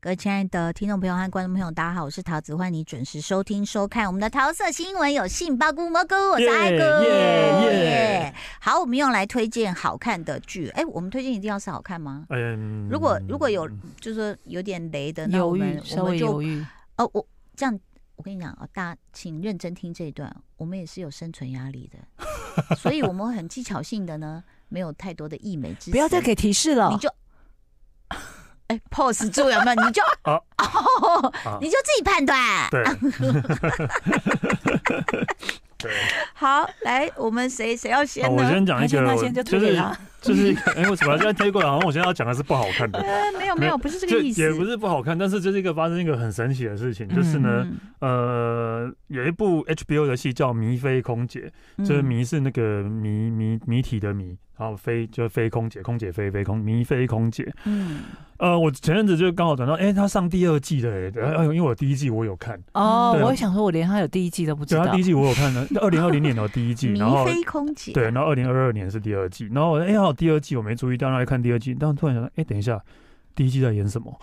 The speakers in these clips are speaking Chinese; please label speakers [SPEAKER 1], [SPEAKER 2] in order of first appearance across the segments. [SPEAKER 1] 各位亲爱的听众朋友和观众朋友，大家好，我是桃子，欢迎你准时收听收看我们的桃色新闻，有杏鲍菇蘑菇，我是爱哥。
[SPEAKER 2] 耶耶
[SPEAKER 1] 耶好，我们用来推荐好看的剧，哎，我们推荐一定要是好看吗？
[SPEAKER 2] 嗯
[SPEAKER 1] 如果如果有就是说有点雷的，那我
[SPEAKER 3] 犹
[SPEAKER 1] 们
[SPEAKER 3] 豫，
[SPEAKER 1] 我
[SPEAKER 3] 稍
[SPEAKER 1] 们
[SPEAKER 3] 微
[SPEAKER 1] 就
[SPEAKER 3] 犹豫。
[SPEAKER 1] 哦，我这样，我跟你讲哦，大家请认真听这一段，我们也是有生存压力的， 所以我们会很技巧性的呢，没有太多的溢美之词，
[SPEAKER 3] 不要再给提示了
[SPEAKER 1] 你，就。哎，pose 住有没有？你就、
[SPEAKER 2] 啊
[SPEAKER 1] 哦
[SPEAKER 2] 啊，
[SPEAKER 1] 你就自己判断。
[SPEAKER 2] 对对，
[SPEAKER 1] 好，来，我们谁谁要先
[SPEAKER 2] 好，我
[SPEAKER 1] 呢？
[SPEAKER 2] 先讲一
[SPEAKER 3] 他
[SPEAKER 2] 个，
[SPEAKER 3] 先就
[SPEAKER 2] 就
[SPEAKER 3] 推给
[SPEAKER 2] 是
[SPEAKER 3] 他。
[SPEAKER 2] 就是一个，哎，为什么要这样推过来？好像我现在要讲的是不好看的，
[SPEAKER 3] 呃，没有
[SPEAKER 2] 没
[SPEAKER 3] 没
[SPEAKER 2] 有
[SPEAKER 1] 哦
[SPEAKER 3] 有，不是这
[SPEAKER 2] 就
[SPEAKER 3] 个意思，
[SPEAKER 2] 也不是不好看，但是就是一个发生一个很神奇的事情，就是呢，
[SPEAKER 1] 嗯，
[SPEAKER 2] 呃，有一部 HBO 的戏叫《迷飞空姐》，就是
[SPEAKER 1] 嗯
[SPEAKER 2] 迷是那个迷迷迷体的迷，然后飞就是飞空姐，空姐飞飞空迷飞空姐。
[SPEAKER 1] 嗯
[SPEAKER 2] 呃，我前阵子就刚好转到，哎、他上第二季了、哎，呃，因为我第一季我有看，
[SPEAKER 3] 哦，
[SPEAKER 2] 嗯对啊
[SPEAKER 3] 我想说，我连他有第一季都不知
[SPEAKER 2] 对，他
[SPEAKER 3] 道
[SPEAKER 2] 第一。季我有看 呢，二零二零年的第一季，
[SPEAKER 1] 迷
[SPEAKER 2] 然后
[SPEAKER 1] 飞空姐，
[SPEAKER 2] 对，然后二零二二年是第二季，然后我哎、好，第二季我没注意到，然后看第二季，但突然想到，哎、等一下。第一季在演什么？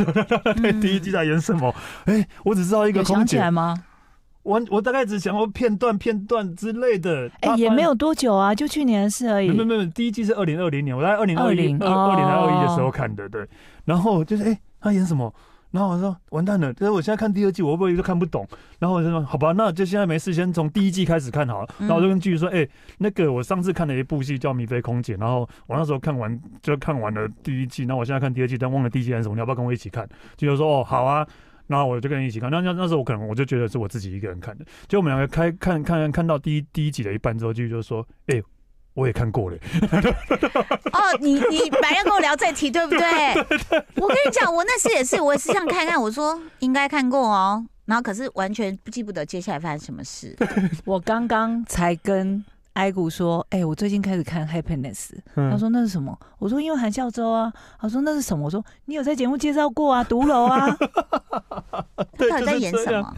[SPEAKER 2] 对，
[SPEAKER 1] 嗯
[SPEAKER 2] 第一季在演什么？哎、我只知道一个
[SPEAKER 3] 有
[SPEAKER 2] 空
[SPEAKER 3] 想起
[SPEAKER 2] 姐
[SPEAKER 3] 来，吗？
[SPEAKER 2] 我我大概只想过片段、片段之类的。
[SPEAKER 3] 哎，
[SPEAKER 2] 她
[SPEAKER 3] 也没
[SPEAKER 2] 翻
[SPEAKER 3] 有多久啊，就去年的事而已
[SPEAKER 2] 没。没没，第一季是二零二零年，我在二零二一
[SPEAKER 3] 20
[SPEAKER 2] 二二零还二一的时候
[SPEAKER 3] 哦
[SPEAKER 2] 看的，对。然后就是哎、他演什么？然后我说完蛋了，就是我现在看第二季，我会不会都看不懂？然后我就说好吧，那就现在没事，先从第一季开始看好了。
[SPEAKER 1] 嗯
[SPEAKER 2] 然后我就跟剧说，哎、那个我上次看了一部戏叫《米菲空姐》，然后我那时候看完就看完了第一季，那我现在看第二季，但忘了第一季演什么，你要不要跟我一起看？剧就说哦好啊，然后我就跟你一起看。那那那时候我可能我就觉得是我自己一个人看的，就我们两个开看看看到第一第一集的一半之后，剧就说，哎、我也看过了，
[SPEAKER 1] 哦，你你本来要跟我聊这题，对不 对？我跟你讲，我那次也是，我也是想看看，我说应该看过哦，然后可是完全不记不得接下来发生什么 事。
[SPEAKER 3] 我刚刚才跟艾谷说，哎，我最近开始看《Happiness》，他
[SPEAKER 2] 嗯，
[SPEAKER 3] 说那是什么？我说因为韩孝周啊。他说那是什么？我说你有在节目介绍过啊，《独楼》啊，
[SPEAKER 2] 对
[SPEAKER 1] 到底在演
[SPEAKER 2] 就是这
[SPEAKER 1] 什
[SPEAKER 2] 样
[SPEAKER 1] 么？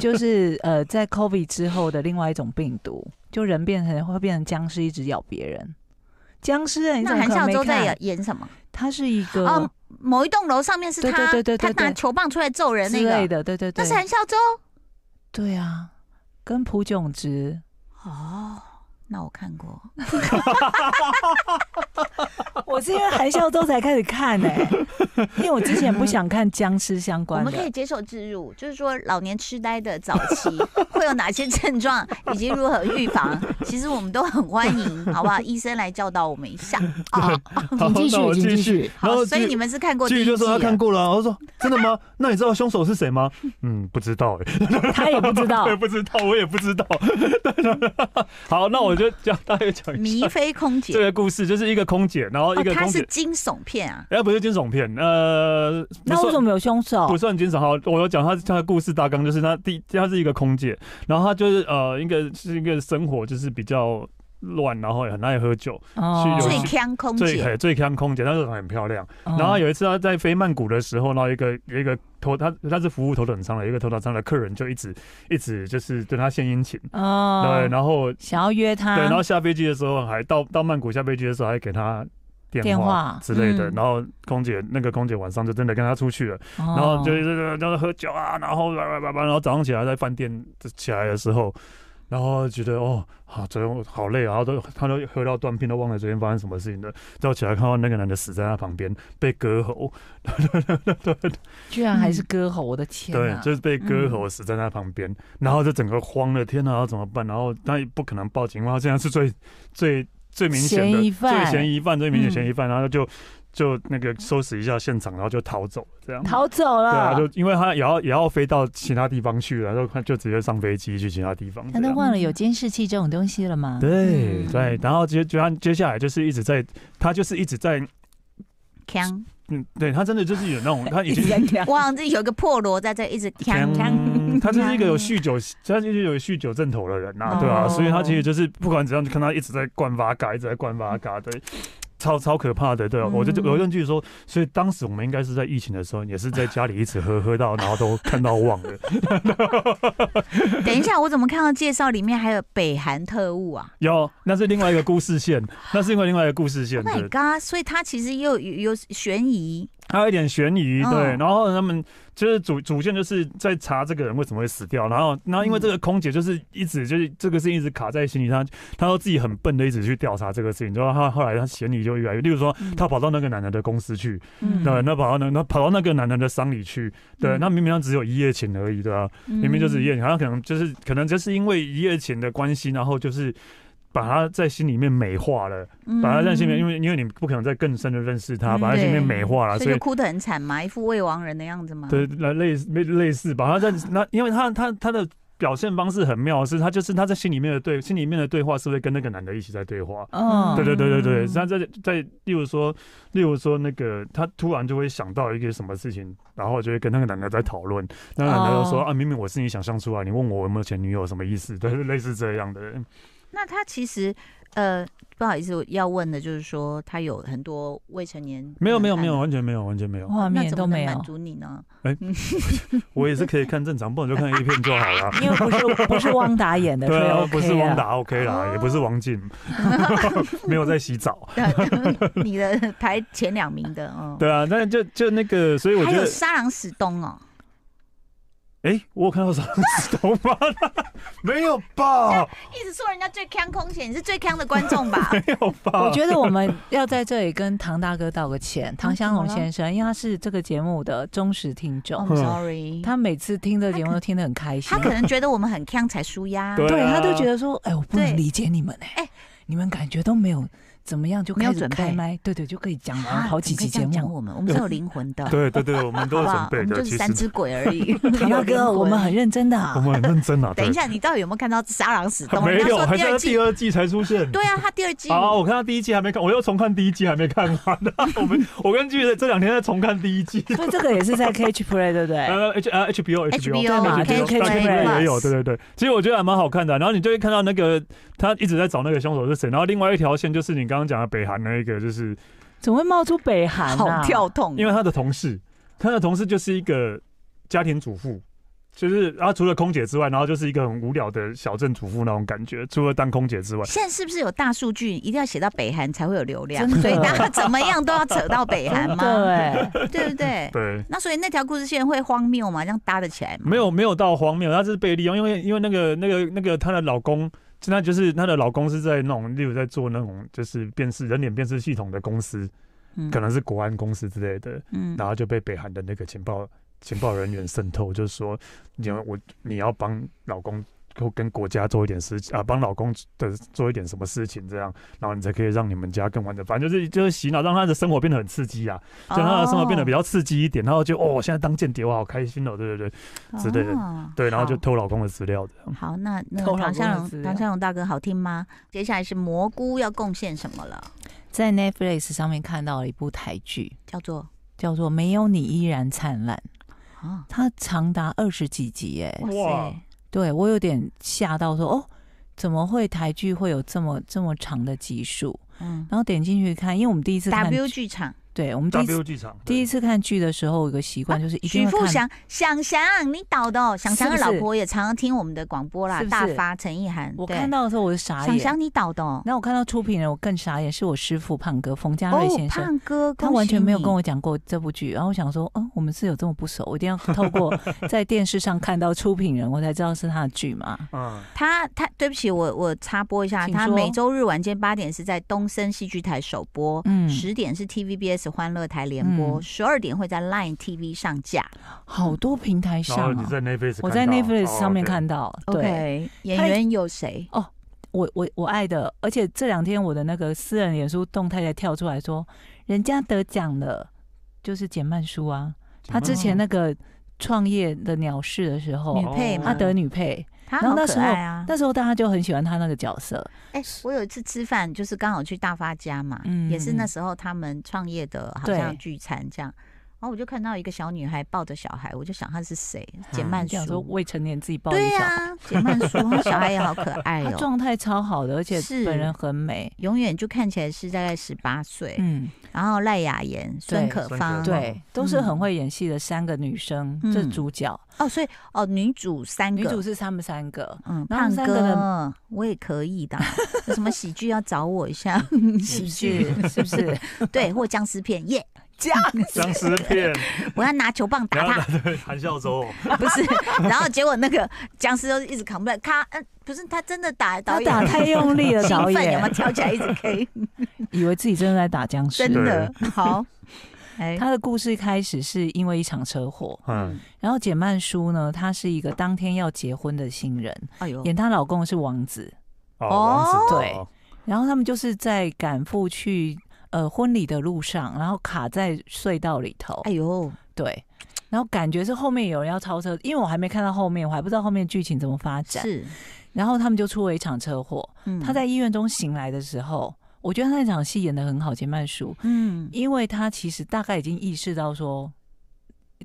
[SPEAKER 3] 就是呃，在 COVID 之后的另外一种病毒，就人变成会变成僵尸，一直咬别人。僵尸啊，你怎
[SPEAKER 1] 那
[SPEAKER 3] 么
[SPEAKER 1] 韩
[SPEAKER 3] 可能
[SPEAKER 1] 孝
[SPEAKER 3] 没
[SPEAKER 1] 周在
[SPEAKER 3] 看？
[SPEAKER 1] 演演什么？
[SPEAKER 3] 他是一个、
[SPEAKER 1] 哦，某一栋楼上面是
[SPEAKER 3] 对
[SPEAKER 1] 他
[SPEAKER 3] 对对对，
[SPEAKER 1] 他
[SPEAKER 3] 对
[SPEAKER 1] 拿
[SPEAKER 3] 对
[SPEAKER 1] 球棒出来揍人那
[SPEAKER 3] 之类
[SPEAKER 1] 个，
[SPEAKER 3] 的，对对
[SPEAKER 1] 那
[SPEAKER 3] 对，
[SPEAKER 1] 是韩孝周。
[SPEAKER 3] 对啊，跟朴 炯植，
[SPEAKER 1] 哦，那我看过。
[SPEAKER 3] 我是因为韩孝周才开始看哎、因为我之前不想看僵尸相
[SPEAKER 1] 我
[SPEAKER 3] 关
[SPEAKER 1] 们可
[SPEAKER 3] 的
[SPEAKER 1] 以，接受置入，就是说老年痴呆的早 期会有哪些症状，以及如何预防，其实我们都很欢迎，好不好？医生来教导我们一 下啊。
[SPEAKER 2] 好，
[SPEAKER 4] 请继
[SPEAKER 2] 那我
[SPEAKER 4] 续，请
[SPEAKER 2] 继
[SPEAKER 4] 继
[SPEAKER 2] 续
[SPEAKER 4] 续。
[SPEAKER 2] 然后
[SPEAKER 1] 好，哦所以
[SPEAKER 2] 剧
[SPEAKER 1] 你们是看过第
[SPEAKER 2] 剧
[SPEAKER 1] 一
[SPEAKER 2] 就
[SPEAKER 1] 季
[SPEAKER 2] 说他
[SPEAKER 1] 的？
[SPEAKER 2] 看过了，啊我说真的吗？那你知道凶手是谁吗？ 嗯，不知道哎、
[SPEAKER 3] 他也不知 道
[SPEAKER 2] 我也。不知道，我也不知道。 好，那我就讲大概讲一下
[SPEAKER 1] 迷飞空 姐
[SPEAKER 2] 这个故事，就是一个空姐，然后一
[SPEAKER 1] 哦，
[SPEAKER 2] 个
[SPEAKER 1] 它
[SPEAKER 2] 空
[SPEAKER 1] 是
[SPEAKER 2] 姐，
[SPEAKER 1] 惊悚片啊。
[SPEAKER 2] 哎、不是惊悚片，呃，不
[SPEAKER 3] 那为
[SPEAKER 2] 算
[SPEAKER 3] 什么有凶手
[SPEAKER 2] 不？算惊悚哈，我有讲他他的故事大纲，就是他第他是一个空姐，然后他就是呃，一个是一个生活就是比较乱，然后很爱喝酒，
[SPEAKER 3] 哦
[SPEAKER 2] 是
[SPEAKER 1] 最
[SPEAKER 2] 有
[SPEAKER 1] 强空
[SPEAKER 2] 最
[SPEAKER 1] 姐，
[SPEAKER 2] 嘿最康空姐，但是很漂亮。
[SPEAKER 3] 嗯
[SPEAKER 2] 然后有一次他在飞曼谷的时候，然后一个有一个头他他是服务头等舱的，有一个头等舱的客人就一直一直就是对他献殷勤，
[SPEAKER 3] 哦
[SPEAKER 2] 对，然后
[SPEAKER 3] 想要约他，
[SPEAKER 2] 对，然后下飞机的时候还到到曼谷下飞机的时候还给他电
[SPEAKER 3] 电
[SPEAKER 2] 话
[SPEAKER 3] 话
[SPEAKER 2] 之类的，
[SPEAKER 1] 嗯
[SPEAKER 2] 然后空姐那个空姐晚上就真的跟他出去了。然后就
[SPEAKER 3] 哦
[SPEAKER 2] 是就是就是喝酒啊，然后叭叭叭叭，然后早上起来在饭店起来的时候，然后觉得哦，好、昨天我好累啊，然后都他都喝到断片，都忘了昨天发生什么事情了。之后起来看到那个男的死在他旁边，被割喉，
[SPEAKER 3] 居然还是割喉，我的天
[SPEAKER 2] 对
[SPEAKER 3] 啊，！
[SPEAKER 2] 就是被割喉死在他旁边，然后就整个慌了，天哪，要怎么办？然后他也不可能报警，因为他现在是最最最明显的
[SPEAKER 3] 嫌疑
[SPEAKER 2] 最
[SPEAKER 3] 犯
[SPEAKER 2] 嫌疑犯，最明显嫌疑犯，然后就就那个收拾一下现场，然后就逃走了，这样。
[SPEAKER 3] 逃走
[SPEAKER 2] 对啊，
[SPEAKER 3] 了
[SPEAKER 2] 就。因为他也要也要飞到其他地方去了，然后他就直接上飞机去其他地方这
[SPEAKER 3] 他都
[SPEAKER 2] 样。
[SPEAKER 3] 忘了有监视器这种东西了吗？
[SPEAKER 2] 对
[SPEAKER 1] 嗯
[SPEAKER 2] 对，然后接就他接下来就是一直在，他就是一直在，
[SPEAKER 1] 强，
[SPEAKER 2] 嗯，对他真的就是有那种他已
[SPEAKER 3] 一 直
[SPEAKER 2] 经
[SPEAKER 3] 在讲，
[SPEAKER 1] 哇，这有一个破锣在这一直强强。
[SPEAKER 2] 嗯他就是一个有酗酒，他就是有酗酒症头的人呐、
[SPEAKER 3] 哦
[SPEAKER 2] 对啊，所以他其实就是不管怎样，就看他一直在灌发嘎，一直在灌发
[SPEAKER 3] 嗯
[SPEAKER 2] 嘎，对。超超可怕的，对、啊，
[SPEAKER 1] 嗯
[SPEAKER 2] 我就我就据说，所以当时我们应该是在疫情的时候，也是在家里一直喝喝到，然后都看到忘了，
[SPEAKER 1] 等一下，我怎么看到介绍里面还有北韩特务啊
[SPEAKER 2] 有，那是另外一 个故事线，那是另外另外一个故事线。
[SPEAKER 1] ？Oh my
[SPEAKER 2] 对，
[SPEAKER 1] god！所以它其实又有有悬疑，
[SPEAKER 2] 还有一点悬疑，
[SPEAKER 1] 嗯
[SPEAKER 2] 对。然后他们就是主主线就是在查这个人为什么会死掉，然后然后因为这个空姐就是一直就是这个事情一直卡在心里，她她说自己很笨的一直去调查这个事情，然后她后来她嫌疑就越来越，例如说
[SPEAKER 3] 嗯
[SPEAKER 2] 她跑到那个男的的公司去，
[SPEAKER 3] 嗯
[SPEAKER 2] 对，那跑到那那跑到那个男的的丧礼去，对，
[SPEAKER 3] 嗯
[SPEAKER 2] 那明明他只有一夜情而已，对啊，明明就是一夜情，他可能就是可能就是因为一夜情的关系，然后就是。把他在心里面美化了，
[SPEAKER 1] 嗯
[SPEAKER 2] 把他在心里面，因
[SPEAKER 1] 为
[SPEAKER 2] 为因为你不可能再更深的认识他，
[SPEAKER 3] 嗯
[SPEAKER 2] 把他心里面
[SPEAKER 1] 对
[SPEAKER 2] 美化了，
[SPEAKER 1] 所
[SPEAKER 2] 啊所
[SPEAKER 1] 以
[SPEAKER 2] 以
[SPEAKER 1] 就哭得很惨嘛，一副未亡人的样子嘛。
[SPEAKER 2] 对，来类似类类似吧。他在那，因为他他他的表现方式很妙，是他就是他在心里面的对心里面的对话，是会跟那个男的一起在对话。
[SPEAKER 3] 嗯，
[SPEAKER 2] 对对对对对，
[SPEAKER 3] 嗯
[SPEAKER 2] 他在在例如说，例如说那个他突然就会想到一个什么事情，然后就会跟那个男的在讨论，那个男的就说、
[SPEAKER 3] 哦
[SPEAKER 2] 啊，明明我是你想象出来，你问我有没有前女友什么意思？对，类似这样的。
[SPEAKER 1] 那他其实呃，不好意思，我要问的就是说，他有很多未成年
[SPEAKER 2] 没有没有
[SPEAKER 1] 男
[SPEAKER 2] 没有，完全没有完全没有，
[SPEAKER 3] 画
[SPEAKER 1] 那
[SPEAKER 3] 面
[SPEAKER 1] 怎
[SPEAKER 3] 都
[SPEAKER 1] 么能
[SPEAKER 3] 没
[SPEAKER 1] 满
[SPEAKER 3] 有，
[SPEAKER 1] 足你呢？
[SPEAKER 2] 我也是可以看正常，不然就看 A 片就好了。
[SPEAKER 3] 因为不是不是汪达演 的，所
[SPEAKER 2] 对
[SPEAKER 3] 以
[SPEAKER 2] 啊，
[SPEAKER 3] OK
[SPEAKER 2] 不是汪
[SPEAKER 3] 啊，
[SPEAKER 2] 达 OK
[SPEAKER 1] 哦
[SPEAKER 2] 啦，也不是 王静，没有在洗澡。
[SPEAKER 1] 啊你的排前两名的，嗯，
[SPEAKER 2] 对啊，但就就那个，所以我觉
[SPEAKER 1] 还
[SPEAKER 2] 得
[SPEAKER 1] 有，沙朗史东哦，
[SPEAKER 2] 哎、我有看到什么头发没有吧？
[SPEAKER 1] 一直说人家最坑空姐，你是最坑的观众 吧？
[SPEAKER 2] 没有吧？
[SPEAKER 3] 我觉得我们要在这里跟唐大哥道个歉，唐香龙
[SPEAKER 1] 怎么了
[SPEAKER 3] 先生，因为他是这个节目的忠实听众，
[SPEAKER 1] I'm sorry，
[SPEAKER 3] 他每次听这个节目都听得很开心
[SPEAKER 1] 哦他，可能觉得我们很坑才输呀，
[SPEAKER 2] 对
[SPEAKER 3] 对
[SPEAKER 2] 啊
[SPEAKER 3] 他都觉得说，哎，我不
[SPEAKER 1] 对
[SPEAKER 3] 能理解你们哎
[SPEAKER 1] 哎，
[SPEAKER 3] 你们感觉都没有怎么样就
[SPEAKER 1] 没有
[SPEAKER 3] 开始
[SPEAKER 1] 准备
[SPEAKER 3] 开麦，对对，就可以讲完
[SPEAKER 1] 啊
[SPEAKER 3] 好几
[SPEAKER 1] 怎
[SPEAKER 3] 集
[SPEAKER 1] 么可以这
[SPEAKER 3] 节
[SPEAKER 1] 样讲
[SPEAKER 3] 目。
[SPEAKER 1] 我们，我们是有灵魂的，
[SPEAKER 2] 对对对，我们
[SPEAKER 1] 好
[SPEAKER 2] 都有
[SPEAKER 1] 不
[SPEAKER 2] 准
[SPEAKER 1] 好？我
[SPEAKER 2] 备
[SPEAKER 1] 们
[SPEAKER 2] 的，
[SPEAKER 1] 就
[SPEAKER 2] 其
[SPEAKER 1] 是三
[SPEAKER 2] 实
[SPEAKER 1] 只鬼而 已。
[SPEAKER 3] 唐大
[SPEAKER 1] 有灵
[SPEAKER 3] 哥，
[SPEAKER 1] 魂
[SPEAKER 3] 我们很认真的
[SPEAKER 2] 我
[SPEAKER 3] 啊，
[SPEAKER 2] 们很认真啊。
[SPEAKER 1] 等一
[SPEAKER 2] 对，
[SPEAKER 1] 下，你到底有没有看到沙朗史东？
[SPEAKER 2] 没
[SPEAKER 1] 人家
[SPEAKER 2] 有，
[SPEAKER 1] 说
[SPEAKER 2] 还
[SPEAKER 1] 第
[SPEAKER 2] 是
[SPEAKER 1] 二
[SPEAKER 2] 要
[SPEAKER 1] 季
[SPEAKER 2] 第，二季才出现。
[SPEAKER 1] 对啊，他第二季
[SPEAKER 2] 啊，我看到第一季还没看，我又重看第一季还没看完呢。我们我跟剧这两天在重看第一季。
[SPEAKER 3] 所以这个也是在 Catch Play，对不对？
[SPEAKER 2] 呃，H 呃 HBO HBO
[SPEAKER 1] 对
[SPEAKER 3] 嘛
[SPEAKER 2] HBO
[SPEAKER 3] KK
[SPEAKER 2] 大
[SPEAKER 3] Plus
[SPEAKER 2] 也有，对对对，其实我觉得还蛮好看的。然后你就会看到那个他一直在找那个凶手是谁，然后另外一条线就是你刚刚讲的北韩那一个，就是
[SPEAKER 3] 怎么会冒出北韩
[SPEAKER 1] 好
[SPEAKER 3] 啊？
[SPEAKER 1] 跳痛，
[SPEAKER 2] 因为他的同事，他的同事就是一个家庭主妇，就是然后除了空姐之外，然后就是一个很无聊的小镇主妇那种感觉，除了当空姐之外，
[SPEAKER 1] 现在是不是有大数据？一定要写到北韩才会有流量，
[SPEAKER 3] 真的
[SPEAKER 1] 所以大家怎么样都要扯到北韩嘛，
[SPEAKER 3] 对，
[SPEAKER 1] 对不对？
[SPEAKER 2] 对。
[SPEAKER 1] 那所以那条故事线会荒谬吗？这样搭得起来吗？
[SPEAKER 2] 没有没有到荒谬，她是被利用，因为因为那个那个那个她的老公，她就是她的老公是在那种，例如在做那种就是辨识人脸辨识系统的公司，
[SPEAKER 1] 嗯，
[SPEAKER 2] 可能是国安公司之类的，
[SPEAKER 1] 嗯
[SPEAKER 2] 然后就被北韩的那个情报情报人员渗透，就是说你要我你要帮老公或跟国家做一点事情啊，帮老公的做一点什么事情，这样，然后你才可以让你们家更完整。反正就是就是洗脑，让他的生活变得很刺激啊，就让他的生活变得比较刺激一点。然后就哦，现在当间谍我好开心哦，对对对
[SPEAKER 1] 较
[SPEAKER 2] 之类的对，然后就偷老公的资料的。
[SPEAKER 1] 哦好，那那
[SPEAKER 3] 偷
[SPEAKER 1] 个
[SPEAKER 3] 老
[SPEAKER 1] 唐
[SPEAKER 3] 公
[SPEAKER 1] 香
[SPEAKER 3] 的
[SPEAKER 1] 龙
[SPEAKER 3] 资，料
[SPEAKER 1] 唐香龙大哥好听吗？接下来是蘑菇要贡献什么了？
[SPEAKER 3] 在 Netflix 上面看到了一部台剧，
[SPEAKER 1] 叫做
[SPEAKER 3] 叫做《没有你依然灿烂》，
[SPEAKER 1] 啊，
[SPEAKER 3] 它长达二十几集耶。
[SPEAKER 2] 哇
[SPEAKER 1] 哇塞，
[SPEAKER 3] 对我有点吓到说哦，怎么会台剧会有这么这么长的集数？
[SPEAKER 1] 嗯
[SPEAKER 3] 然后点进去看，因为我们第一次看，
[SPEAKER 1] ，W 剧场，
[SPEAKER 3] 对我们第一次
[SPEAKER 2] W 剧场
[SPEAKER 3] 第一次看剧的时候，有个习惯就是一定
[SPEAKER 1] 许
[SPEAKER 3] 要
[SPEAKER 1] 啊富
[SPEAKER 3] 看。
[SPEAKER 1] 祥，想想你导的哦，想想的
[SPEAKER 3] 是不
[SPEAKER 1] 老
[SPEAKER 3] 是
[SPEAKER 1] 婆也常常听我们的广播啦，
[SPEAKER 3] 是不
[SPEAKER 1] 大
[SPEAKER 3] 是
[SPEAKER 1] 发陈意涵，
[SPEAKER 3] 我
[SPEAKER 1] 对
[SPEAKER 3] 看到的时候我就傻
[SPEAKER 1] 想
[SPEAKER 3] 眼，
[SPEAKER 1] 想你导的哦，
[SPEAKER 3] 然后我看到出品人，我更傻眼，是我师傅胖哥冯家瑞先生。
[SPEAKER 1] 哦胖哥，
[SPEAKER 3] 他完全没有跟
[SPEAKER 1] 我
[SPEAKER 3] 我讲过这部剧，然后我想说，嗯，我们是有这么不熟，我一定要透 过在电视上看到出品人，我才知道是他的剧嘛。
[SPEAKER 2] 嗯，
[SPEAKER 1] 他他对不起我我插播一下，
[SPEAKER 3] 请
[SPEAKER 1] 他
[SPEAKER 3] 说
[SPEAKER 1] 每周日晚间八点是在东森戏剧台首播，
[SPEAKER 3] 嗯，
[SPEAKER 1] 十、点是 TVBS 欢乐台联播，
[SPEAKER 3] 嗯
[SPEAKER 1] 十二、点会在 Line TV 上架。
[SPEAKER 3] 好多平台
[SPEAKER 2] 然后
[SPEAKER 3] 上、
[SPEAKER 2] 你
[SPEAKER 3] 啊，
[SPEAKER 2] 在 Netflix，
[SPEAKER 3] 我在 Netflix 上面
[SPEAKER 2] 到。哦，OK
[SPEAKER 3] 看到，对，
[SPEAKER 1] OK，演员有谁？
[SPEAKER 3] 我我我爱的，而且这两天我的那个私人脸书动态才跳出来说，人家得奖了，就是简曼书啊，她之前
[SPEAKER 2] 嗯
[SPEAKER 3] 那个创业的鸟事的时
[SPEAKER 1] 女哦
[SPEAKER 3] 候，
[SPEAKER 2] 哦
[SPEAKER 1] 配
[SPEAKER 3] 她
[SPEAKER 1] 吗？
[SPEAKER 3] 得女配，
[SPEAKER 1] 他好
[SPEAKER 3] 然后那
[SPEAKER 1] 可
[SPEAKER 3] 时候
[SPEAKER 1] 爱啊！
[SPEAKER 3] 那时候大家就很喜欢她那个角色，
[SPEAKER 1] 哎、我有一次吃饭，就是刚好去大发家嘛，
[SPEAKER 3] 嗯
[SPEAKER 1] 也是那时候他们创业的，好
[SPEAKER 3] 对
[SPEAKER 1] 像聚餐这样。然后我就看到一个小女孩抱着小孩，我就想她是谁？简曼
[SPEAKER 3] 讲说
[SPEAKER 1] 书。
[SPEAKER 3] 未成年自己抱一
[SPEAKER 1] 对
[SPEAKER 3] 小孩。
[SPEAKER 1] 呀、简曼书，她小孩也好可爱
[SPEAKER 3] 她
[SPEAKER 1] 哦、
[SPEAKER 3] 状态超好的，而且
[SPEAKER 1] 是
[SPEAKER 3] 本人很美。
[SPEAKER 1] 永远就看起来是大概十八岁，
[SPEAKER 3] 嗯，
[SPEAKER 1] 然后赖雅妍、孙可芳，哦
[SPEAKER 2] 孙可芳
[SPEAKER 3] 对，都是很会演戏的三个女生，
[SPEAKER 1] 嗯
[SPEAKER 3] 这主角，
[SPEAKER 1] 哦，所以哦，女主三个，
[SPEAKER 3] 女主是她们三个。
[SPEAKER 1] 嗯，
[SPEAKER 3] 然后
[SPEAKER 1] 胖
[SPEAKER 3] 三个人
[SPEAKER 1] 哥，我也可以 的，有什么喜剧要找我一下，
[SPEAKER 3] 是
[SPEAKER 1] 喜
[SPEAKER 3] 不
[SPEAKER 1] 剧
[SPEAKER 3] 是？是不是？
[SPEAKER 1] 对，或僵尸片耶，
[SPEAKER 4] 僵
[SPEAKER 2] 僵尸片，
[SPEAKER 1] 我要拿球棒打
[SPEAKER 2] 然后
[SPEAKER 1] 他，
[SPEAKER 2] 对韩孝 周，
[SPEAKER 1] 不是，然后结果那个僵尸都一直扛不了，咔，嗯、不是他真的打导
[SPEAKER 3] 他
[SPEAKER 1] 演
[SPEAKER 3] 打 太用力了，
[SPEAKER 1] 兴
[SPEAKER 3] 导
[SPEAKER 1] 奋有
[SPEAKER 3] 演
[SPEAKER 1] 没有跳起来一直 K？
[SPEAKER 3] 以为自己真的在打僵
[SPEAKER 1] 嗯真
[SPEAKER 3] 尸。
[SPEAKER 1] 的好，哎，
[SPEAKER 3] 他的故事开始是因为一场车祸，
[SPEAKER 2] 嗯，
[SPEAKER 3] 然后简曼书呢，她是一个当天要结婚的新人，
[SPEAKER 1] 哎呦，
[SPEAKER 3] 演她老公是王子，
[SPEAKER 2] 哦，
[SPEAKER 1] 哦
[SPEAKER 2] 王子
[SPEAKER 3] 对然后他们就是在赶赴去呃婚礼的路上，然后卡在隧道里头，
[SPEAKER 1] 哎呦，
[SPEAKER 3] 对，然后感觉是后面有人要超车，因为我还没看到后面，我还不知道后面剧情怎么发展，
[SPEAKER 1] 是，
[SPEAKER 3] 然后他们就出了一场车祸，
[SPEAKER 1] 嗯
[SPEAKER 3] 他在医院中醒来的时候，我觉得他那场戏演的很好，简曼书，
[SPEAKER 1] 嗯，
[SPEAKER 3] 因为他其实大概已经意识到说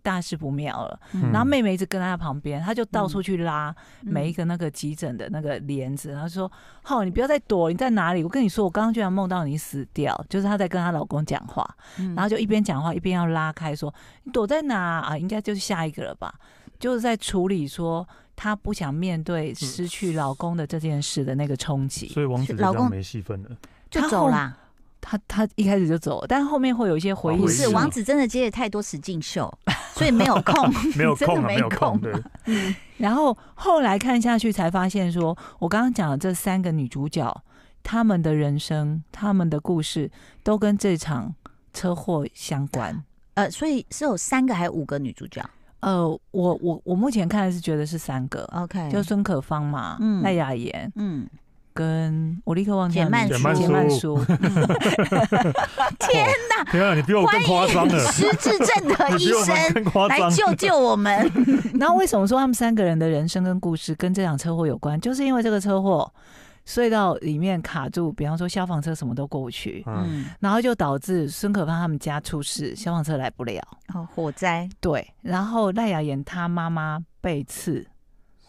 [SPEAKER 3] 大事不妙了，
[SPEAKER 2] 嗯
[SPEAKER 3] 然后妹妹一直跟在他旁边，他就到处去拉
[SPEAKER 1] 嗯
[SPEAKER 3] 每一个那个急诊的那个帘子，然后说：“好，你不要再躲，你在哪里？我跟你说，我刚刚居然梦到你死掉。”就是她在跟她老公讲话，
[SPEAKER 1] 嗯
[SPEAKER 3] 然后就一边讲话一边要拉开说：“你躲在哪啊？应该就是下一个了吧？”就是在处理说她不想面对失去老公的这件事的那个冲击。
[SPEAKER 2] 所以王子就
[SPEAKER 1] 老
[SPEAKER 2] 这
[SPEAKER 1] 公
[SPEAKER 2] 样没戏份了，
[SPEAKER 1] 就
[SPEAKER 3] 他
[SPEAKER 1] 走
[SPEAKER 3] 后
[SPEAKER 1] 啦。
[SPEAKER 3] 她她一开始就走，但后面会有一些哦回忆。
[SPEAKER 1] 不
[SPEAKER 2] 不
[SPEAKER 1] 是
[SPEAKER 2] 是
[SPEAKER 1] 王子真的接了太多实境秀，所以没有 空。
[SPEAKER 2] 没有
[SPEAKER 1] 真的
[SPEAKER 2] 空了，啊
[SPEAKER 1] 没
[SPEAKER 2] 没有
[SPEAKER 1] 空
[SPEAKER 2] 空，对，
[SPEAKER 3] 然后后来看下去才发现说，我刚刚讲的这三个女主角，她们的人生、她们的故事都跟这场车祸相关。
[SPEAKER 1] 呃，所以是有三个还有五个女主角
[SPEAKER 3] 呃，我我我目前看的是觉得是三个，
[SPEAKER 1] ？OK，
[SPEAKER 3] 就孙可芳嘛，
[SPEAKER 1] 嗯
[SPEAKER 3] 赖雅妍
[SPEAKER 1] 嗯，
[SPEAKER 3] 跟我立刻忘记
[SPEAKER 1] 简曼
[SPEAKER 3] 书，
[SPEAKER 2] 书
[SPEAKER 3] 简曼书，
[SPEAKER 1] 天哪！
[SPEAKER 2] 天啊，你比我哦更夸张了，
[SPEAKER 1] 失智症的
[SPEAKER 2] 你
[SPEAKER 1] 医
[SPEAKER 2] 比 我们
[SPEAKER 1] 生
[SPEAKER 2] 更夸
[SPEAKER 1] 来
[SPEAKER 2] 张，
[SPEAKER 1] 救救我们。
[SPEAKER 3] 然后为什么说他们三个人的人生跟故事跟这场车祸有关？就是因为这个车祸，隧道里面卡住，比方说消防车什么都过不去，
[SPEAKER 2] 嗯，
[SPEAKER 1] 嗯，
[SPEAKER 3] 然后就导致孙可芳他们家出事，消防车来不了。
[SPEAKER 1] 哦，火灾，
[SPEAKER 3] 对，然后赖雅妍她妈妈被刺，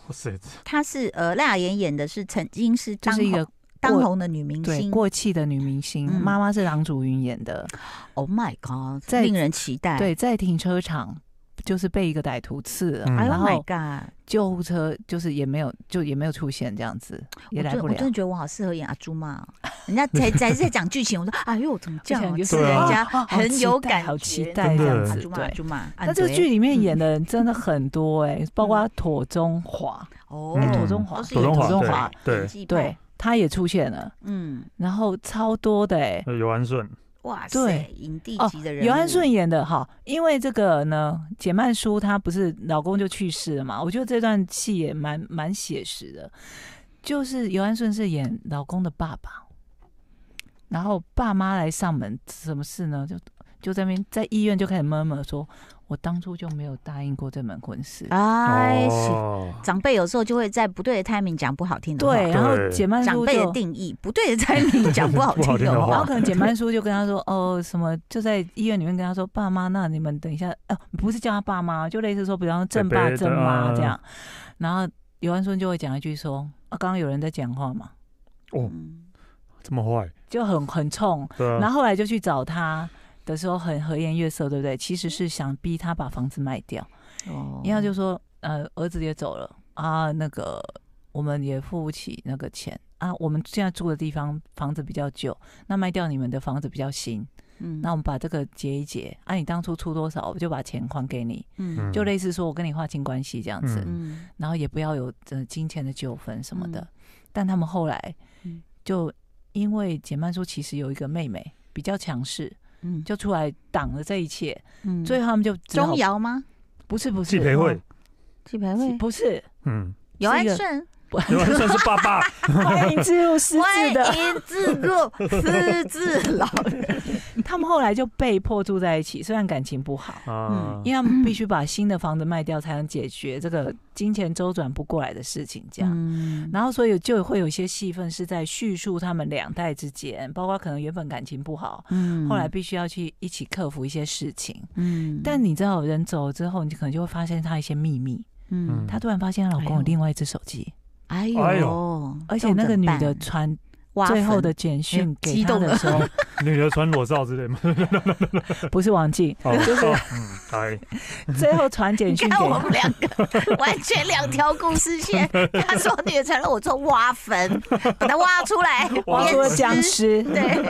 [SPEAKER 2] 哇塞，
[SPEAKER 1] 她是呃赖雅妍演的是曾经是
[SPEAKER 3] 就
[SPEAKER 1] 当
[SPEAKER 3] 是一
[SPEAKER 1] 红
[SPEAKER 3] 个
[SPEAKER 1] 当红的女明
[SPEAKER 3] 对
[SPEAKER 1] 星。
[SPEAKER 3] 过气的女明星，
[SPEAKER 1] 嗯
[SPEAKER 3] 妈妈是郎祖筠演的。
[SPEAKER 1] Oh my god！
[SPEAKER 3] 在
[SPEAKER 1] 令人期待。
[SPEAKER 3] 对，在停车场就是被一个歹徒刺了，
[SPEAKER 2] 嗯
[SPEAKER 1] 哎呦
[SPEAKER 3] 然
[SPEAKER 1] Oh my
[SPEAKER 3] 后
[SPEAKER 1] god！
[SPEAKER 3] 救护车就是也没有，就也没有出现这样子，也
[SPEAKER 1] 我
[SPEAKER 3] 来
[SPEAKER 1] 真
[SPEAKER 3] 不
[SPEAKER 1] 我
[SPEAKER 3] 了
[SPEAKER 1] 真的。觉得我好适合演阿朱嘛，人家才才在讲剧情，我说哎呦怎么这样
[SPEAKER 3] 而
[SPEAKER 1] 啊，
[SPEAKER 3] 且 就是是
[SPEAKER 1] 人
[SPEAKER 2] 啊
[SPEAKER 1] 家
[SPEAKER 3] 啊好
[SPEAKER 1] 很
[SPEAKER 3] 期
[SPEAKER 1] 有
[SPEAKER 3] 待
[SPEAKER 1] 感觉，
[SPEAKER 3] 好期待
[SPEAKER 2] 这
[SPEAKER 1] 的
[SPEAKER 2] 样
[SPEAKER 1] 阿
[SPEAKER 2] 子
[SPEAKER 1] 朱嘛
[SPEAKER 3] 对
[SPEAKER 1] 阿朱欸嘛。
[SPEAKER 3] 那这个
[SPEAKER 1] 安
[SPEAKER 3] 剧
[SPEAKER 1] 德
[SPEAKER 3] 里面演的人真的很多哎、包括左中华，
[SPEAKER 1] 哦
[SPEAKER 2] 嗯，
[SPEAKER 3] 左中华
[SPEAKER 1] 都是
[SPEAKER 2] 左中华
[SPEAKER 3] 左中
[SPEAKER 2] 对
[SPEAKER 3] 华
[SPEAKER 2] 对，
[SPEAKER 3] 对，他也出现了，
[SPEAKER 1] 嗯，
[SPEAKER 3] 然后超多的哎、
[SPEAKER 2] 呃尤安顺，
[SPEAKER 1] 哇塞
[SPEAKER 3] 对，
[SPEAKER 1] 影帝
[SPEAKER 3] 哦
[SPEAKER 1] 级的人物，
[SPEAKER 3] 尤安顺演的哈，因为这个呢，简曼书她不是老公就去世了嘛，我觉得这段戏也蛮蛮写实的，就是尤安顺是演老公的爸爸，然后爸妈来上门，什么事呢？就就在那边在医院就开始闷闷说，我当初就没有答应过这门婚事。
[SPEAKER 1] 哎，是
[SPEAKER 2] 哦，
[SPEAKER 1] 长辈有时候就会在不对的 timing 讲不好听的话，
[SPEAKER 3] 对，然后
[SPEAKER 2] 对
[SPEAKER 3] 简曼
[SPEAKER 1] 长
[SPEAKER 3] 书
[SPEAKER 1] 辈的
[SPEAKER 3] 就。
[SPEAKER 1] 定义不对的 timing 讲不好
[SPEAKER 2] 不好
[SPEAKER 1] 听
[SPEAKER 2] 听
[SPEAKER 1] 的
[SPEAKER 2] 的
[SPEAKER 3] 然
[SPEAKER 1] 话
[SPEAKER 3] 后，可能简曼书就跟他说：“ 哦，什么就在医院里面跟他说，爸妈，那你们等一下，呃，不是叫他爸妈，就类似说，比方说正爸
[SPEAKER 2] 伯伯
[SPEAKER 3] 正妈
[SPEAKER 2] 嗯
[SPEAKER 3] 这样。”然后尤安顺就会讲一句说：“啊，刚刚有人在讲话嘛，
[SPEAKER 1] 嗯
[SPEAKER 2] 这么坏，
[SPEAKER 3] 就很很冲。”
[SPEAKER 2] 对
[SPEAKER 3] 然
[SPEAKER 2] 啊，
[SPEAKER 3] 后后来就去找他的时候，很和颜悦色，对不对？其实是想逼他把房子卖掉，
[SPEAKER 1] 哦
[SPEAKER 3] 然后就说：“呃，儿子也走了啊，那个我们也付不起那个钱啊，我们现在住的地方房子比较旧，那卖掉你们的房子比较新。”
[SPEAKER 1] 嗯
[SPEAKER 3] 那我们把这个结一结，啊，你当初出多少，我就把钱还给你，
[SPEAKER 1] 嗯
[SPEAKER 3] 就类似说我跟你划清关系这样子，
[SPEAKER 2] 嗯
[SPEAKER 1] 嗯
[SPEAKER 3] 然后也不要有呃金钱的纠纷什么的。
[SPEAKER 1] 嗯
[SPEAKER 3] 但他们后来
[SPEAKER 1] 嗯
[SPEAKER 3] 就因为简曼书其实有一个妹妹比较强势，
[SPEAKER 1] 嗯
[SPEAKER 3] 就出来挡了这一切，
[SPEAKER 1] 嗯
[SPEAKER 3] 最后他们就只好
[SPEAKER 1] 钟瑶吗？
[SPEAKER 3] 不是不是
[SPEAKER 2] 季培慧，
[SPEAKER 1] 季培
[SPEAKER 3] 哦
[SPEAKER 1] 慧、
[SPEAKER 3] 不是，
[SPEAKER 2] 嗯，
[SPEAKER 1] 姚安
[SPEAKER 3] 是一个
[SPEAKER 1] 顺，
[SPEAKER 2] 尤安顺是爸爸，啊
[SPEAKER 3] 欢迎进入失智的
[SPEAKER 1] 欢。迎自助 失智老人，
[SPEAKER 3] 他们后来就被迫住在一起，虽然感情不好。
[SPEAKER 2] 啊
[SPEAKER 3] 嗯因，为他们必须把新的房子卖掉，才能解决这个金钱周转不过来的事情。这样，
[SPEAKER 1] 嗯
[SPEAKER 3] 然后所以就会有一些戏份是在叙述他们两代之间，包括可能原本感情不好，
[SPEAKER 1] 嗯
[SPEAKER 3] 后来必须要去一起克服一些事情。
[SPEAKER 1] 嗯
[SPEAKER 3] 但你知道，人走了之后，你可能就会发现她一些秘密。
[SPEAKER 1] 嗯
[SPEAKER 2] 嗯
[SPEAKER 3] 她突然发现她老公有另外一只手机，
[SPEAKER 1] 哎
[SPEAKER 2] 哎
[SPEAKER 1] 呦，
[SPEAKER 3] 而且那个女
[SPEAKER 1] 这种
[SPEAKER 3] 的
[SPEAKER 1] 怎么
[SPEAKER 3] 传
[SPEAKER 1] 办
[SPEAKER 3] 最后
[SPEAKER 1] 挖
[SPEAKER 3] 的
[SPEAKER 1] 坟
[SPEAKER 3] 简
[SPEAKER 1] 哎呦
[SPEAKER 3] 讯给
[SPEAKER 1] 激
[SPEAKER 3] 她
[SPEAKER 1] 动
[SPEAKER 3] 的 时候，
[SPEAKER 2] 女的穿裸照之类吗？
[SPEAKER 3] 不是王静，
[SPEAKER 2] 哦，哦嗯，哎，
[SPEAKER 3] 最后传简
[SPEAKER 1] 你
[SPEAKER 3] 讯
[SPEAKER 1] 看
[SPEAKER 3] 给
[SPEAKER 1] 我
[SPEAKER 3] 她
[SPEAKER 1] 们两 个完全两条故事线。他说女的承认，我做挖坟，把它挖出来，
[SPEAKER 2] 挖
[SPEAKER 3] 挖
[SPEAKER 1] 鞭
[SPEAKER 3] 出了
[SPEAKER 1] 尸
[SPEAKER 3] 僵尸。
[SPEAKER 1] 对，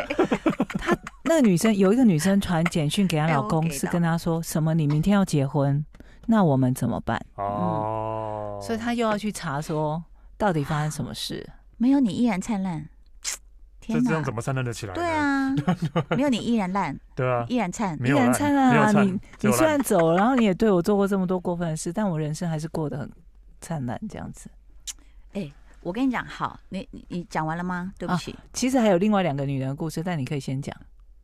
[SPEAKER 3] 那那个女生有一个女生传简讯给她
[SPEAKER 1] 哎
[SPEAKER 3] 老
[SPEAKER 1] 我
[SPEAKER 3] 公，
[SPEAKER 1] 给
[SPEAKER 3] 是
[SPEAKER 1] 到
[SPEAKER 3] 跟他说什么你明天要结婚，那我们怎么办？
[SPEAKER 2] 哦，
[SPEAKER 3] 所以他又要去查说到底发生什么事。
[SPEAKER 1] 没有你依然灿烂，
[SPEAKER 2] 这
[SPEAKER 1] 天
[SPEAKER 2] 这样
[SPEAKER 1] 哪
[SPEAKER 2] 怎！么灿烂得起来？
[SPEAKER 1] 对，啊， 没有你依然烂，
[SPEAKER 2] 对啊，
[SPEAKER 1] 依然灿。
[SPEAKER 2] 没有烂
[SPEAKER 3] 依然灿烂啊
[SPEAKER 2] 没有
[SPEAKER 3] 你
[SPEAKER 2] 灿，只
[SPEAKER 3] 你
[SPEAKER 2] 有
[SPEAKER 3] 虽
[SPEAKER 2] 烂
[SPEAKER 3] 然走了，然后你也对我做过这么多过分的事，但我人生还是过得很灿烂这样子。
[SPEAKER 1] 我跟你讲，好，你你你讲完了吗？
[SPEAKER 2] 啊
[SPEAKER 1] 对不起，
[SPEAKER 3] 其实还有另外两个女人的故事，但你可以先讲。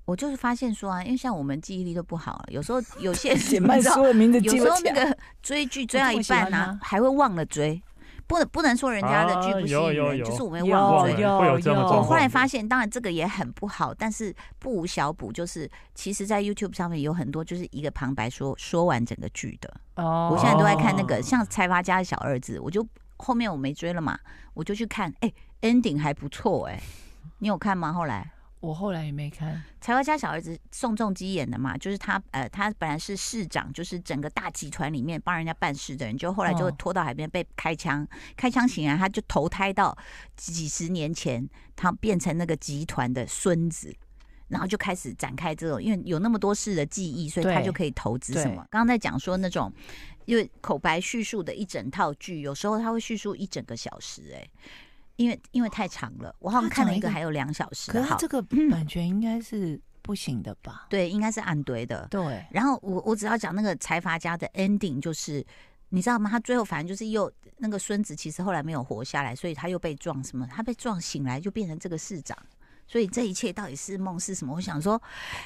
[SPEAKER 1] 我就是发现说啊，因为像我们记忆力都不好，有 时候有些
[SPEAKER 3] 简
[SPEAKER 1] 你
[SPEAKER 3] 曼
[SPEAKER 1] 知 道
[SPEAKER 3] 说我名字
[SPEAKER 1] 有
[SPEAKER 3] 记
[SPEAKER 1] 时
[SPEAKER 3] 不
[SPEAKER 1] 候
[SPEAKER 3] 起
[SPEAKER 1] 那
[SPEAKER 3] 来。
[SPEAKER 1] 个追剧追到一
[SPEAKER 3] 你这么
[SPEAKER 1] 半
[SPEAKER 3] 喜
[SPEAKER 1] 呢、
[SPEAKER 3] 欢
[SPEAKER 1] 啊
[SPEAKER 3] 吗，
[SPEAKER 1] 还会忘了追，不能不能说人家的剧不吸
[SPEAKER 2] 啊
[SPEAKER 1] 引
[SPEAKER 2] 有有
[SPEAKER 1] 人，
[SPEAKER 2] 有
[SPEAKER 1] 就是我们会
[SPEAKER 2] 忘
[SPEAKER 1] 忘
[SPEAKER 2] 了
[SPEAKER 1] 追。
[SPEAKER 2] 有会这样的
[SPEAKER 1] 我
[SPEAKER 2] 状
[SPEAKER 1] 后
[SPEAKER 2] 况
[SPEAKER 1] 来发现，当然这个也很不好，但是不无小补。就是其实，在 YouTube 上面有很多就是一个旁白说说完整个剧的。
[SPEAKER 3] 哦
[SPEAKER 1] 我现在都在看那
[SPEAKER 2] 哦
[SPEAKER 1] 个像财阀家的小儿子，我就后面我没追了嘛，我就去看，哎、e n d i n g 还不错哎、你有看吗？后来
[SPEAKER 3] 我后来也没看。
[SPEAKER 1] 财阀家小儿子宋仲基演的嘛，就是他呃，他本来是市长，就是整个大集团里面帮人家办事的人，就后来就
[SPEAKER 3] 哦
[SPEAKER 1] 拖到海边被开枪，开枪醒来他就投胎到几十年前，他变成那个集团的孙子。然后就开始展开这种，因为有那么多事的记忆，所以他
[SPEAKER 3] 对
[SPEAKER 1] 就可以投资
[SPEAKER 3] 对
[SPEAKER 1] 什么。刚刚在讲说那种，因为口白叙述的一整套剧，有时候他会叙述一整个小时、哎，因为因为太长了，我好像
[SPEAKER 3] 他
[SPEAKER 1] 看了
[SPEAKER 3] 讲
[SPEAKER 1] 一
[SPEAKER 3] 一
[SPEAKER 1] 个
[SPEAKER 3] 个
[SPEAKER 1] 还有两小时
[SPEAKER 3] 可
[SPEAKER 1] 的。
[SPEAKER 3] 是
[SPEAKER 1] 好，
[SPEAKER 3] 这个版权应该是不行的吧？
[SPEAKER 1] 对，应该是按堆的。
[SPEAKER 3] 对，
[SPEAKER 1] 然后我我只要讲那个财阀家的 ending，就是你知道吗？他最后反正就是又那个孙子其实后来没有活下来，所以他又被撞什么？他被撞醒来就变成这个市长，所以这一切到底是梦是什么？我想说，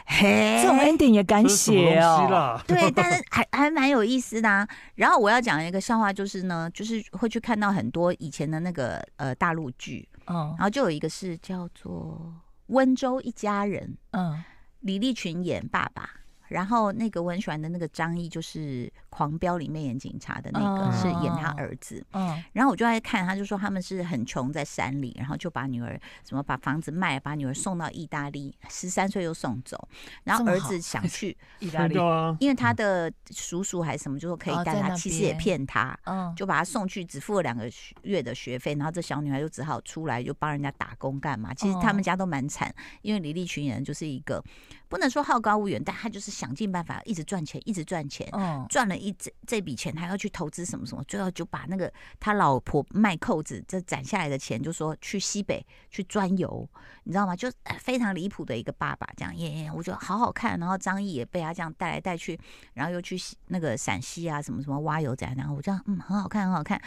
[SPEAKER 3] 这种
[SPEAKER 1] 嘿。
[SPEAKER 3] ending 也敢
[SPEAKER 2] 这是什么
[SPEAKER 3] 写
[SPEAKER 2] 东西
[SPEAKER 3] 哦。
[SPEAKER 2] 啦？
[SPEAKER 1] 对，但是还还蛮有意思的、啊。然后我要讲一个笑话，就是呢，就是会去看到很多以前的那个呃大陆剧，
[SPEAKER 3] 嗯
[SPEAKER 1] 然后就有一个是叫做《温州一家人》，
[SPEAKER 3] 嗯，
[SPEAKER 1] 李立群演爸爸，然后那个我很喜欢的那个张译就是《狂飙》里面演警察的那个，
[SPEAKER 2] 哦
[SPEAKER 1] 是演他儿子。
[SPEAKER 3] 嗯，
[SPEAKER 1] 然后我就在看，他就说他们是很穷，在山里，然后就把女儿怎么把房子卖，把女儿送到意大利，十三岁又送走。然后
[SPEAKER 3] 这么
[SPEAKER 1] 儿
[SPEAKER 3] 好
[SPEAKER 1] 子想去，
[SPEAKER 3] 意大
[SPEAKER 2] 对
[SPEAKER 3] 利
[SPEAKER 2] 对，啊，
[SPEAKER 1] 因为他的叔叔还是什么，就说可以
[SPEAKER 3] 哦
[SPEAKER 1] 带
[SPEAKER 3] 在
[SPEAKER 1] 他，
[SPEAKER 3] 那
[SPEAKER 1] 其实也
[SPEAKER 3] 边
[SPEAKER 1] 骗他。
[SPEAKER 3] 嗯，
[SPEAKER 1] 就把她送去，只付了两个学月的学费，然后这小女孩就只好出来就帮人家打工干嘛。其实他们家都蛮惨，因为李立群人就是一个不能说好高骛远，但他就是想尽办法一直赚钱，一直赚钱。
[SPEAKER 3] 嗯，
[SPEAKER 1] 赚了一这这笔钱，他要去投资什么什么，最后就把那个他老婆卖扣子这攒下来的钱，就说去西北去钻油，你知道吗？就呃非常离谱的一个爸爸这样耶耶，我觉得好好看。然后张译也被他这样带来带去，然后又去西那个陕西啊什么什么挖油仔，然后我这样嗯很好看很好看，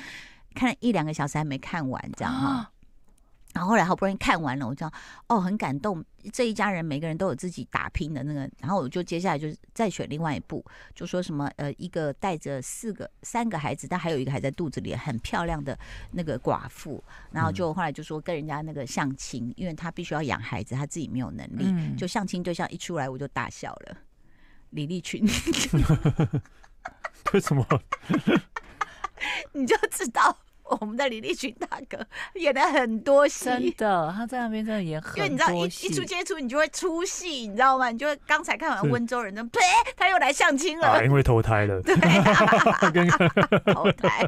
[SPEAKER 1] 看了一两个小时还没看完这样哈。
[SPEAKER 3] 啊
[SPEAKER 1] 然后后来好不容易看完了，我就哦很感动，这一家人每个人都有自己打拼的那个，然后我就接下来就是再选另外一部，就说什么呃一个带着四个三个孩子，但还有一个还在肚子里，很漂亮的那个寡妇，然后
[SPEAKER 3] 嗯
[SPEAKER 1] 就后来就说跟人家那个相亲，因为她必须要养孩子，她自己没有能力，
[SPEAKER 3] 嗯
[SPEAKER 1] 就相亲对象一出来我就大笑了，李立群
[SPEAKER 2] 为什么？
[SPEAKER 1] 你就知道我们的李立群大哥演了很多
[SPEAKER 3] 真
[SPEAKER 1] 戏。
[SPEAKER 3] 的，他在那边真的也很
[SPEAKER 1] 因为你知道一一出接触，你就会出戏，你知道吗？你就会刚才看完
[SPEAKER 2] 是
[SPEAKER 1] 温州人的，呸，他又来相 亲了，
[SPEAKER 2] 啊，因为投胎了。
[SPEAKER 1] 对啊，
[SPEAKER 2] 哎跟
[SPEAKER 1] 淘汰。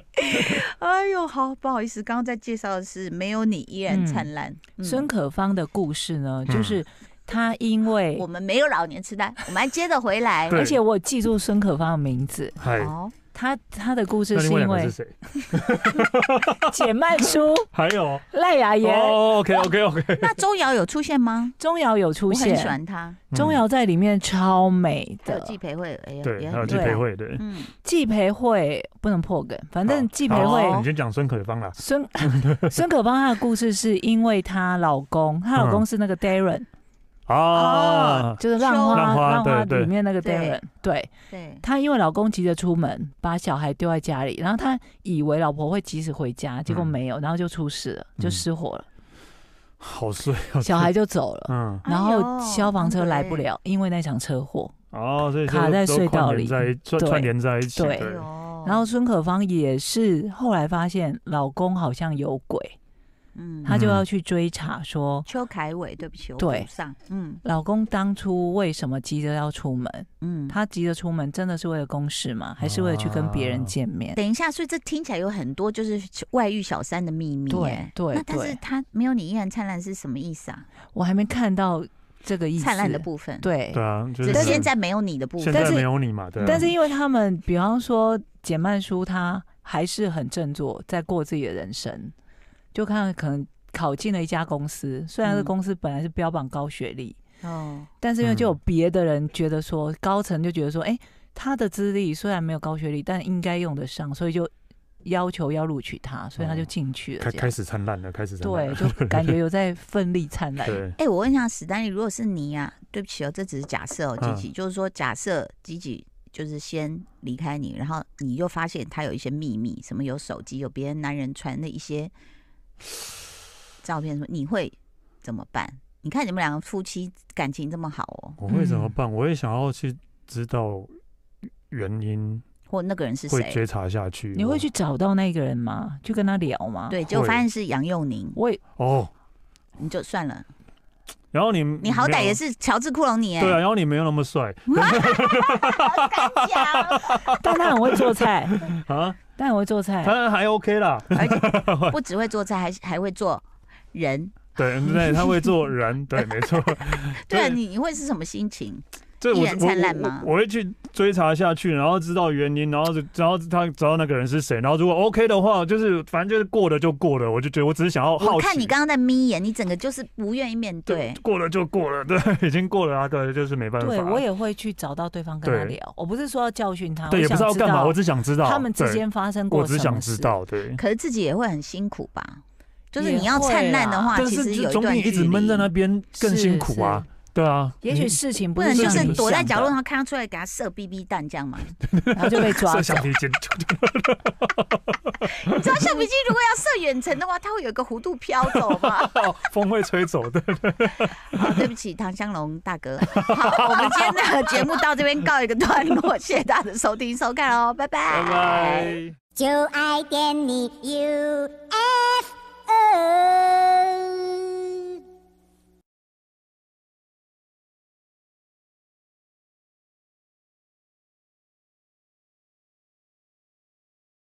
[SPEAKER 1] 哎呦，好不好意思，刚刚在介绍的是《没有你依然灿烂》嗯
[SPEAKER 3] 孙可芳的故事呢，
[SPEAKER 2] 嗯
[SPEAKER 3] 就是她因为
[SPEAKER 1] 我，们没有老年痴呆，我们还接着回来。
[SPEAKER 2] 对
[SPEAKER 3] 而且我记住孙可芳的名字，
[SPEAKER 2] 嗨，
[SPEAKER 1] 哦，
[SPEAKER 3] 她她的故事
[SPEAKER 2] 那
[SPEAKER 3] 是
[SPEAKER 2] 另外两
[SPEAKER 3] 因
[SPEAKER 2] 个是
[SPEAKER 3] 为
[SPEAKER 2] 谁？
[SPEAKER 3] 简 曼书、
[SPEAKER 2] 还有
[SPEAKER 3] 赖雅妍、
[SPEAKER 2] 哦，OK OK OK，
[SPEAKER 1] 那周瑶有出现 吗？
[SPEAKER 3] 钟瑶有出
[SPEAKER 1] 我很喜
[SPEAKER 3] 现，
[SPEAKER 1] 欢她，
[SPEAKER 3] 钟瑶在里面超美
[SPEAKER 1] 还有
[SPEAKER 3] 的，
[SPEAKER 1] 季培慧，
[SPEAKER 3] 哦
[SPEAKER 1] 哎呀，
[SPEAKER 2] 对，
[SPEAKER 1] 也
[SPEAKER 2] 还有
[SPEAKER 1] 很
[SPEAKER 2] 季
[SPEAKER 3] 啊
[SPEAKER 1] 厉害
[SPEAKER 2] 培。慧，对，
[SPEAKER 1] 嗯，
[SPEAKER 3] 季培慧不能破梗，反正
[SPEAKER 2] 好
[SPEAKER 3] 季培
[SPEAKER 2] 好
[SPEAKER 3] 慧
[SPEAKER 2] 你先讲孙可芳啦。
[SPEAKER 3] 孙 孙可芳她的故事是因为她老公，她
[SPEAKER 2] 嗯
[SPEAKER 3] 老公是那个 Darren，
[SPEAKER 2] 啊，
[SPEAKER 3] 就是《浪花
[SPEAKER 2] 浪花
[SPEAKER 3] 浪花》
[SPEAKER 2] 对对
[SPEAKER 3] 里面那个
[SPEAKER 1] 对
[SPEAKER 3] Darren，对。
[SPEAKER 1] 对，
[SPEAKER 3] 她因为老公急着出门，把小孩丢在家里，然后她以为老婆会及时回家，结果
[SPEAKER 1] 嗯
[SPEAKER 3] 没有，然后就出事了，
[SPEAKER 2] 嗯
[SPEAKER 3] 就失火了，
[SPEAKER 2] 好衰啊，
[SPEAKER 3] 小孩就走了。
[SPEAKER 2] 嗯，
[SPEAKER 3] 然后
[SPEAKER 1] 哎呦
[SPEAKER 3] 消防车来不。
[SPEAKER 1] 难
[SPEAKER 3] 了，因为那场车祸。
[SPEAKER 2] 哦，所以
[SPEAKER 3] 卡
[SPEAKER 2] 就
[SPEAKER 3] 在
[SPEAKER 2] 都
[SPEAKER 3] 隧道
[SPEAKER 2] 串联
[SPEAKER 3] 里
[SPEAKER 2] 在串
[SPEAKER 3] 对
[SPEAKER 2] 串联在一起，
[SPEAKER 3] 对
[SPEAKER 1] 得哎
[SPEAKER 2] 对
[SPEAKER 1] 呦，
[SPEAKER 3] 然后孙可芳也是后来发现老公好像有鬼，
[SPEAKER 1] 嗯，
[SPEAKER 3] 她就要去追查说
[SPEAKER 1] 邱凯伟，对不起，我
[SPEAKER 3] 对
[SPEAKER 1] 补上，嗯
[SPEAKER 3] 老公当初为什么急着要出门？
[SPEAKER 1] 嗯，
[SPEAKER 3] 他急着出门真的是为了公事吗？还是为了去跟别
[SPEAKER 1] 啊
[SPEAKER 3] 人见面？
[SPEAKER 1] 等一下，所以这听起来有很多就是外遇小三的秘密耶。
[SPEAKER 3] 对对
[SPEAKER 1] 那但是
[SPEAKER 3] 对
[SPEAKER 1] 他没有你依然灿烂是什么意思啊？
[SPEAKER 3] 我还没看到这个意思。
[SPEAKER 1] 灿烂的部分，
[SPEAKER 3] 对
[SPEAKER 2] 对，啊，
[SPEAKER 1] 只
[SPEAKER 2] 就是
[SPEAKER 1] 是
[SPEAKER 3] 但
[SPEAKER 1] 现在没有你的部
[SPEAKER 2] 现
[SPEAKER 1] 分。
[SPEAKER 3] 但
[SPEAKER 2] 在
[SPEAKER 3] 是
[SPEAKER 2] 没有你嘛，对啊，
[SPEAKER 3] 但是因为他们，比方说简曼书，他还是很振作，在过自己的人生。就看可能考进了一家公司，虽然这
[SPEAKER 1] 嗯
[SPEAKER 3] 公司本来是标榜高学历，
[SPEAKER 1] 哦，
[SPEAKER 3] 但是因为就有
[SPEAKER 2] 嗯
[SPEAKER 3] 别的人觉得说，高层就觉得说，哎、他的资历虽然没有高学历，但应该用得上，所以就要求要录取他，所以他就进去了。
[SPEAKER 2] 哦开
[SPEAKER 3] 这样
[SPEAKER 2] 开始灿烂了，开始灿烂
[SPEAKER 3] 对，
[SPEAKER 2] 了，
[SPEAKER 3] 就 感觉有在奋力灿烂。
[SPEAKER 2] 对，
[SPEAKER 1] 哎、我问一下史丹利，如果是你呀、对不起哦，这只是假设哦，吉
[SPEAKER 2] 嗯
[SPEAKER 1] 吉，就是说假设吉吉就是先离开你，然后你又发现他有一些秘密，什么有手机，有别的男人传的一些照片，什么，你会怎么办？你看你们两个夫妻感情这么好哦，
[SPEAKER 2] 我会怎么
[SPEAKER 3] 嗯
[SPEAKER 2] 办？我也想要去知道原因，
[SPEAKER 1] 或那个人是
[SPEAKER 2] 会
[SPEAKER 1] 谁？
[SPEAKER 2] 追查下去。
[SPEAKER 3] 你会去找到那个人吗？去跟他聊吗？，
[SPEAKER 1] 对，就
[SPEAKER 2] 会
[SPEAKER 1] 发现是杨佑宁，
[SPEAKER 3] 我也
[SPEAKER 2] 哦，
[SPEAKER 1] 你就算了，
[SPEAKER 2] 然后你
[SPEAKER 1] 你好歹也
[SPEAKER 2] 是
[SPEAKER 1] 是乔治·库隆尼哎、
[SPEAKER 2] 对啊，然后你没有那么帅
[SPEAKER 1] 敢 讲，
[SPEAKER 3] 但他很会做菜，
[SPEAKER 2] 啊，
[SPEAKER 3] 但很会做菜。
[SPEAKER 2] 他还 OK 啦，
[SPEAKER 1] 而且 不只会做菜，还还会做人。
[SPEAKER 2] 对对，他会做人， 对，没错，
[SPEAKER 1] 对啊，
[SPEAKER 2] 对
[SPEAKER 1] 你你会是什么心情？
[SPEAKER 2] 这
[SPEAKER 1] 依
[SPEAKER 2] 我
[SPEAKER 1] 然
[SPEAKER 2] 我
[SPEAKER 1] 灿烂
[SPEAKER 2] 我
[SPEAKER 1] 吗
[SPEAKER 2] 我会去追查下去，然后知道原因，然后然后他找到那个人是谁，然后如果 OK 的话，就是反正就是过了就过了，我就觉得我只是想要好
[SPEAKER 1] 我
[SPEAKER 2] 奇。
[SPEAKER 1] 看你刚刚在眯眼，你整个就是不愿意面对。
[SPEAKER 2] 过了就过了，对，已 经过了啊，对，就是没办法。
[SPEAKER 3] 对，我也会去找到对方跟他
[SPEAKER 2] 对
[SPEAKER 3] 聊。我不是说要教训他，
[SPEAKER 2] 对，
[SPEAKER 3] 我
[SPEAKER 2] 也不知
[SPEAKER 3] 想
[SPEAKER 2] 道
[SPEAKER 3] 知
[SPEAKER 2] 干嘛，
[SPEAKER 3] 道
[SPEAKER 2] 我只想知道
[SPEAKER 3] 他们之
[SPEAKER 2] 对
[SPEAKER 3] 间发生过
[SPEAKER 2] 我只
[SPEAKER 3] 什
[SPEAKER 1] 么
[SPEAKER 2] 想
[SPEAKER 1] 事
[SPEAKER 2] 知道，对。
[SPEAKER 1] 可是自己也会很辛苦吧？就是
[SPEAKER 3] 也
[SPEAKER 1] 你要灿烂的话，
[SPEAKER 2] 但
[SPEAKER 1] 其
[SPEAKER 2] 是
[SPEAKER 1] 实有
[SPEAKER 2] 就
[SPEAKER 1] 一
[SPEAKER 2] 总
[SPEAKER 1] 段
[SPEAKER 2] 比
[SPEAKER 1] 距
[SPEAKER 2] 一直
[SPEAKER 1] 离
[SPEAKER 2] 闷在那边更辛苦啊，对啊。
[SPEAKER 3] 也许事情
[SPEAKER 1] 嗯不
[SPEAKER 3] 是
[SPEAKER 1] 能就
[SPEAKER 3] 像
[SPEAKER 1] 是
[SPEAKER 3] 你
[SPEAKER 1] 躲在
[SPEAKER 3] 想
[SPEAKER 1] 角落
[SPEAKER 3] 的，
[SPEAKER 1] 上看他出来给他射 BB 弹这样嘛？
[SPEAKER 3] 然后就被 抓
[SPEAKER 2] 摄
[SPEAKER 3] 走
[SPEAKER 2] 像。机尖，
[SPEAKER 1] 你知道橡皮筋如果要射远程的话，它会有一个弧度飘走嘛？
[SPEAKER 2] 风会吹走的。
[SPEAKER 1] 好， 对不起，唐香龙大哥。好，我们今天的节目到这边告一个段落，谢谢大家的 收听收看哦，拜拜。
[SPEAKER 2] 拜拜。
[SPEAKER 4] 就爱点你 UFO。